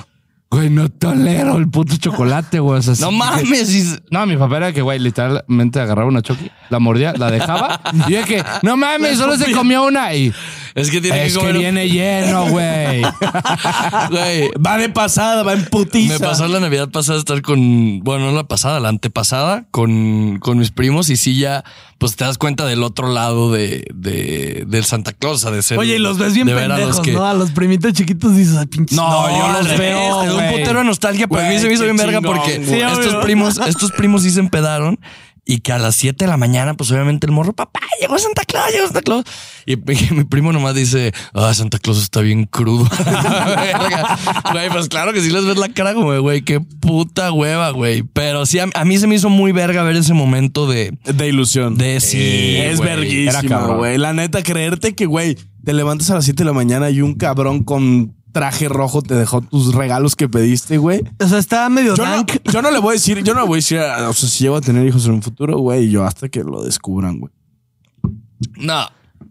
güey, no tolero el puto chocolate, güey. O sea,
No
sí,
mames. y-
No, mi papá era que, güey, literalmente agarraba una choqui, la mordía, la dejaba. y yo de que, no mames, solo se comió una. Y
Es que tiene
es
que
que
comer.
viene lleno, güey.
Güey,
Va de pasada, va en putiza.
Me pasó la Navidad pasada estar con, bueno, no la pasada, la antepasada, con, con mis primos y sí ya, pues te das cuenta del otro lado de, de- del Santa Claus, o sea, de ser...
Oye, y los ves bien
de ver a los
pendejos,
que-
¿no? A los primitos chiquitos dices, ay, pinches.
No, yo
al
los
revés,
veo.
te
Te
da un
un
putero
putero de nostalgia, pero a mí se me hizo bien verga porque estos primos, estos primos sí se empedaron y que a las 7 de la mañana, pues obviamente el morro, papá, llegó Santa Claus, llegó Santa Claus. Y, y mi primo nomás dice, ah, Santa Claus está bien crudo. Verga. Güey, pues claro que sí les ves la cara como, de, güey, qué puta hueva, güey. Pero sí, a, a mí se me hizo muy verga ver ese momento de...
De ilusión.
De sí,
es
güey.
Era
verguísima,
cabrón.
güey. La neta, creerte que, güey, te levantas a las 7 de la mañana y un cabrón con traje rojo te dejó tus regalos que pediste, güey.
O sea, está medio
Yo no,
dank.
yo no le voy a decir, yo no le voy a decir, a- o sea, si llevo a tener hijos en un futuro, güey, yo hasta que lo descubran, güey.
No.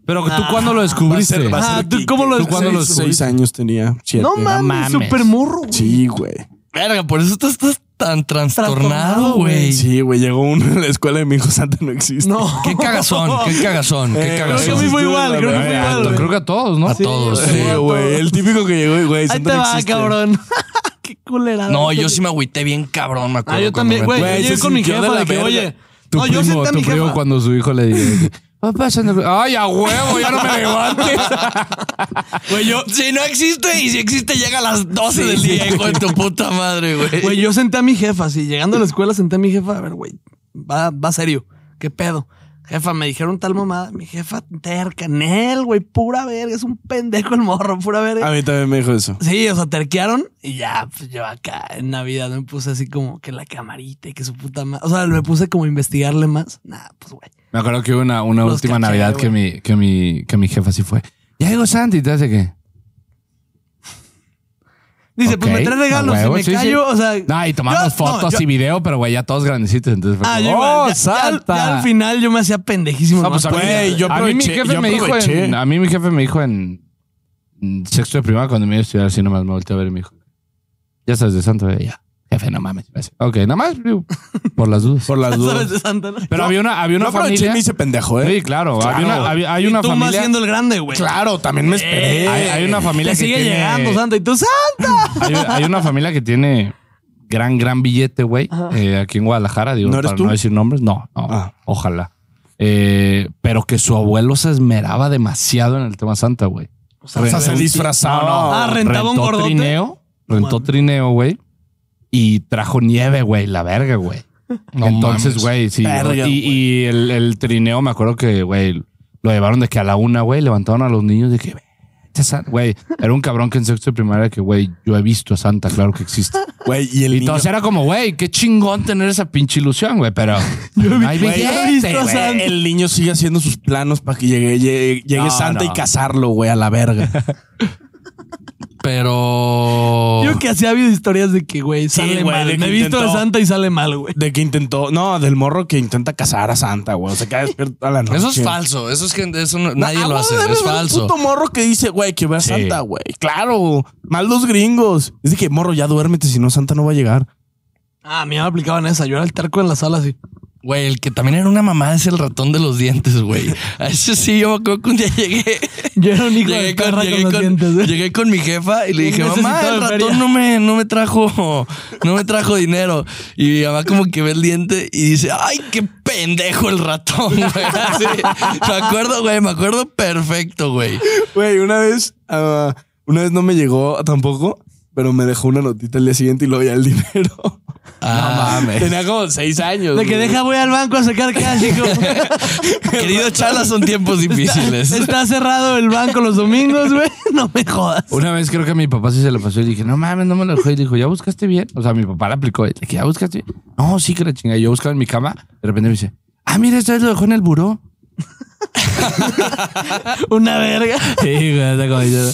Pero tú, ¿cuándo lo descubriste?
Va a
Ah,
ser
¿tú
que-
cómo lo
que-
cuándo lo
seis- Seis
descubriste?
años tenía. siete.
No, mames,
mames.
super morro. güey.
Sí, güey.
Verga, por eso tú estás tan trastornado,
Trastornado,
güey.
güey.
Sí, güey. Llegó uno en la escuela de mi hijo Santa no existe.
No.
Qué cagazón, qué cagazón, qué
Eh, creo
Creo que a
cagazón.
mí fue igual, creo que fue
Ah,
igual.
Creo
güey.
que a todos, ¿no?
A todos,
Sí, güey. El típico que llegó y, güey,
Ahí
Santa
te
no
va,
existe.
cabrón. Qué culera.
No, yo sí me agüité bien cabrón, me acuerdo.
Ah, yo
cuando
también,
me-
güey. Yo
Güey,
llegué
se
con mi
sintió de
jefa
la
de que,
verga.
oye.
Tu
No, yo
primo,
senté a
tu
mi
primo
jefa.
cuando su hijo le dijo, papá, Santa Claus". Ay, a huevo, ya no me levantes.
Güey, yo, si no existe y si existe llega a las 12 del día, hijo de tu puta madre,
Eh,
güey.
Güey, yo senté a mi jefa, sí. Llegando a la escuela senté a mi jefa. A ver, güey, va, va serio. ¿Qué pedo? Jefa, me dijeron tal mamada. Mi jefa terca, Nel, güey, pura verga. Es un pendejo el morro, pura verga.
Ah.
A mí también me dijo eso.
Sí, o sea, terquearon y ya, pues yo acá en Navidad me puse así como que la camarita y que su puta madre. O sea, me puse como a investigarle más. Nah, pues güey.
Me acuerdo que hubo una, una
Los
última
caché,
Navidad que mi, que, mi, que mi jefa sí fue. Ya llegó Santi, ¿te hace qué?
Dice, pues
Ok,
me trae regalos
a
y
huevo,
me
sí, sí.
callo. O sea.
No, y tomamos
yo- no,
fotos
yo-
y video, pero güey, ya todos grandecitos. Entonces fue
Ah, yo
como,
igual,
¡Oh,
ya- ya-
salta!
ya al final yo me hacía pendejísimo.
No,
nomás
pues, a mí-
por-
Güey, yo
a mí mi
aproveché-
jefe
yo
me dijo
aproveché.
en, a mí mi jefe me dijo en en sexto de primaria cuando me iba a estudiar así nomás me volteó a ver y me dijo ya sabes de Santo eh, ya jefe no mames Me dice, ok nada más digo, por las dudas
Por las
¿Sabes de
dudas.
Santa, no?
pero había una había
Yo no
una
aproveché
familia
ni hice pendejo, ¿eh?
sí claro,
Claro.
había una, había- hay
Y
una
tú más
familia
siendo el grande, güey.
Claro, también me esperé.
hay, hay una familia
Le
que
Eh, sigue
tiene-
llegando, Santa. Y tú, ¡Santa!
hay, hay una familia que tiene gran, gran billete, güey, eh, aquí en Guadalajara, digo,
¿No eres
para
tú?
no decir nombres, no, no,
Ah.
ojalá. Eh, pero que su abuelo se esmeraba demasiado en el tema Santa, güey.
O sea, se
Rentó-
disfrazaba.
Ah, rentaba un
rentó
gordote.
Trineo, rentó
Mames.
trineo, güey, y trajo nieve, güey, la verga, güey.
No
Entonces,
mames.
güey, sí.
Verga,
y
güey.
y el, el trineo, me acuerdo que, güey, lo llevaron de que a la una, güey, levantaron a los niños de que, "Vete a San-". güey, era un cabrón que en sexto de primaria que, güey, yo he visto a Santa, claro que existe.
Güey, y el
Y
niño.
entonces era como, güey, qué chingón tener esa pinche ilusión, güey, pero no hay
Güey,
billete,
he visto a
güey.
Santa. El niño sigue haciendo sus planos para que llegue, llegue, llegue
No,
Santa
no.
y casarlo, güey, a la verga.
Pero.
Oh.
Yo que así ha habido historias de que, güey, sale
güey, de
mal.
que
Me he visto de
intentó-
Santa y sale mal, güey.
De que intentó, no, del morro que intenta casar a Santa, güey. O sea, queda despierto a la noche.
Eso es falso. Eso es gente. Eso no-
No,
nadie
ah,
lo
güey,
hace.
debe
Es
haber un
falso.
puto morro que dice, güey, que ve a
Sí.
Santa, güey. Claro, mal los gringos. Es de que, morro, ya duérmete, si no, Santa no va a llegar.
Ah, a mí me aplicaban esa. Yo era el terco en la sala así.
Güey, el que también era una mamá es el ratón de los dientes, güey. A eso sí, yo me acuerdo que un día llegué.
Yo era un hijo de
Llegué con,
perra con,
llegué
los
con-
dientes. güey.
llegué con mi jefa y le
Un
dije, mamá,
necesitado
el
de
ratón
feria".
no me, no me trajo, no me trajo dinero. Y mi mamá como que ve el diente y dice, ay, qué pendejo el ratón, güey. Así, me acuerdo, güey, me acuerdo perfecto, güey.
Güey, una vez, ah, una vez no me llegó tampoco, pero me dejó una notita el día siguiente y lo ya el dinero.
Ah,
Tenía como seis años.
De que
güey.
deja, voy al banco a sacar cash, hijo.
Querido Chala, son tiempos difíciles.
Está cerrado el banco los domingos, güey. No me jodas.
Una vez creo que a mi papá sí se le pasó y le dije, no mames, no me lo dejó. Y le dijo, ¿ya buscaste bien? O sea, mi papá la aplicó. Y le dije, ¿ya buscaste bien? No, sí que la chingada. Y Yo buscaba en mi cama. De repente me dice, ah, mira, esta vez lo dejó en el buró.
Una verga.
Sí, güey, está como diciendo,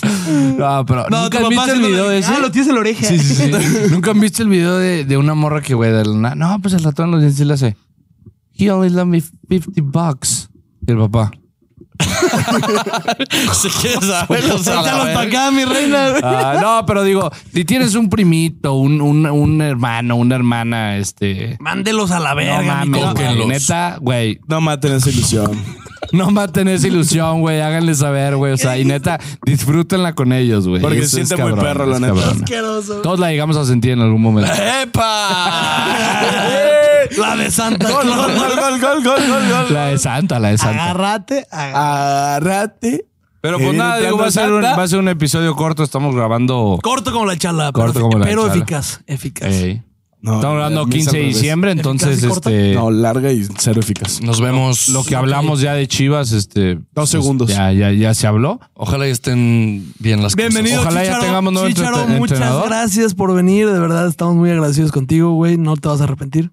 No, pero nunca han visto el
haciéndole-
video de ese.
Ah, lo tienes en la oreja.
Sí, sí, sí. Nunca han visto el video de, de una morra que, güey, de la nada, No, pues el ratón en los dientes sí le hace. He only lent me 50 bucks. Y el papá.
Si quieres saberlos a la
Échalos
verga.
para acá, mi reina. güey.
Ah, no, pero digo, si tienes un primito, un, un, un hermano, una hermana, este.
Mándelos a la
No
verga, mi
mames,
compa.
güey,
cóquenlos.
neta, güey.
No maten esa ilusión.
No maten esa ilusión, güey. Háganle saber, güey. O sea, y neta, disfrútenla con ellos, güey.
Porque
Eso
se
es
siente muy
cabrón,
perro, la
es
neta.
cabrón.
Asqueroso.
Todos la llegamos a sentir en algún momento.
¡Epa!
La de Santa
gol, gol,
Claus.
gol, gol, gol, gol, gol, gol.
La de Santa, la de Santa.
Agárrate, agárrate.
Agárrate.
Pero
Que
Eh,
pues
viene
nada, digo,
entrando
va a, ser un,
Santa.
va a ser un episodio corto. Estamos grabando.
Corto como la chala,
Corto
pero,
como la
pero
chala. Eh,
eficaz, eficaz.
Ey.
No,
Estamos grabando
a mí es
15 de
al revés.
diciembre, entonces
¿Eficaz y corta?
este.
No, larga y cero eficaz.
Nos vemos.
Lo que hablamos ya de Chivas, este. pues,
segundos.
Ya, ya, ya se habló.
Ojalá y estén bien las cosas.
Bienvenido,
Ojalá ya
Chicharo.
tengamos nuevo
Chicharo,
entre-
muchas
entrenador.
gracias por venir. De verdad, estamos muy agradecidos contigo, güey. No te vas a arrepentir.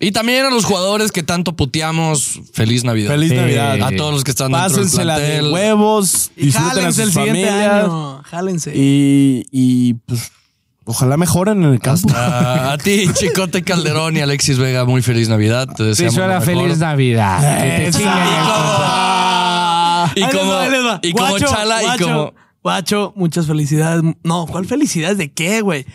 Y también a los jugadores que tanto puteamos, feliz Navidad.
Feliz
Sí.
Navidad.
A todos los que están dentro del
Pásensela de
plantel.
huevos.
Y
Disfruten a
jálense el
sus
siguiente
familias.
año. Jálense.
Y, y pues, ojalá mejoren en el campo.
Hasta a ti, Chicote Calderón y Alexis Vega, muy feliz Navidad. Te
Sí,
deseamos
suena
lo mejor.
feliz Navidad. Que te
Esa.
chinguen.
Y
Ah, Ahí les
como,
va, ahí les va.
y como
Guacho,
Chala y
guacho,
como...
Guacho, muchas felicidades. No, ¿cuál felicidades? ¿De qué, güey?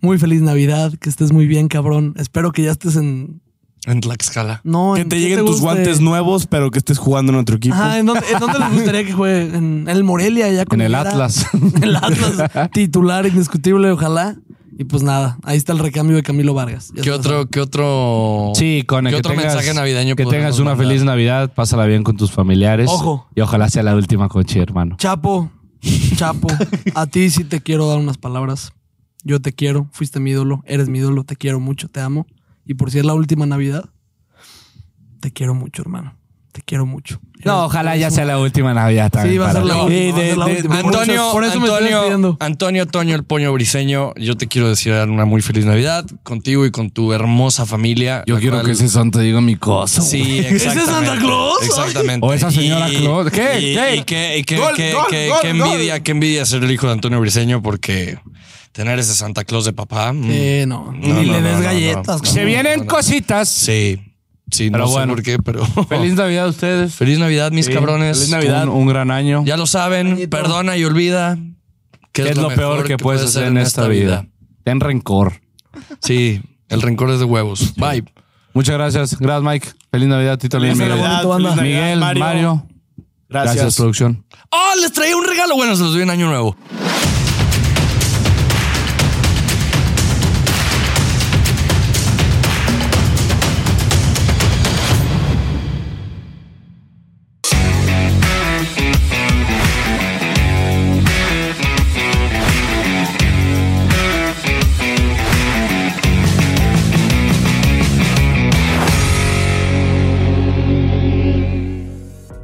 Muy feliz Navidad, que estés muy bien, cabrón. Espero que ya estés en.
En Tlaxcala.
No,
Que
en-
te
¿qué
lleguen tus
guste?
guantes nuevos, pero que estés jugando en otro equipo.
Ajá, ¿en dónde, en dónde les gustaría que juegue? En, en el Morelia, ya con
pues En el
Herrera.
Atlas.
En el Atlas, titular indiscutible, ojalá. Y pues nada, ahí está el recambio de Camilo Vargas. Ya
¿Qué
está.
otro, qué otro,
Sí, con el
¿qué
que
otro
tengas,
mensaje navideño
que
podemos
tengas una
mandar?
feliz Navidad, pásala bien con tus familiares.
Ojo.
Y ojalá sea la última coche, hermano.
Chapo, Chapo, a ti sí te quiero dar unas palabras. Yo te quiero, fuiste mi ídolo, eres mi ídolo, te quiero mucho, te amo. Y por si es la última Navidad, te quiero mucho, hermano. Te quiero mucho.
No, ojalá ya sea la última Navidad también.
Sí, va a
para
ser la
mí.
última.
Y
va a
de-
ser la
de-
última.
de-
Antonio,
por eso me estoy
Antonio,
despidiendo.
Antonio Toño, el Poño Briseño, yo te quiero desear una muy feliz Navidad contigo y con tu hermosa familia.
Yo
la
quiero
cual-
que ese santo diga mi cosa.
Sí,
¿Ese es
exactamente.
Santa Claus?
Exactamente.
O esa señora
Y-
Claus. ¿Qué?
Y,
¿Qué?
y qué, y qué-
Gol,
qué-
gol,
qué-
gol,
qué
gol.
envidia, qué envidia ser el hijo de Antonio Briseño porque tener ese Santa Claus de papá. mm,
Eh,
No,
no. Ni
no,
le
no,
des
no, no.
galletas.
Se
Se
cabrón.
vienen cositas.
Sí, sí, no
Pero
sé
bueno.
por qué, pero.
Feliz Navidad a ustedes.
Feliz Navidad, mis
Sí,
cabrones.
Feliz Navidad. Un, un gran año.
Ya lo saben,
Añito.
perdona y olvida. Que
¿Qué es lo peor que puedes hacer en esta vida? Ten rencor.
Sí, el rencor es de huevos. Bye.
Muchas gracias. Gracias, Mike. Feliz Navidad, Tito Lin.
Feliz
Miguel,
Navidad, bonito, banda.
Miguel, Mario.
Gracias.
gracias, producción.
¡Oh, les traí un regalo! Bueno, se los doy en Año Nuevo.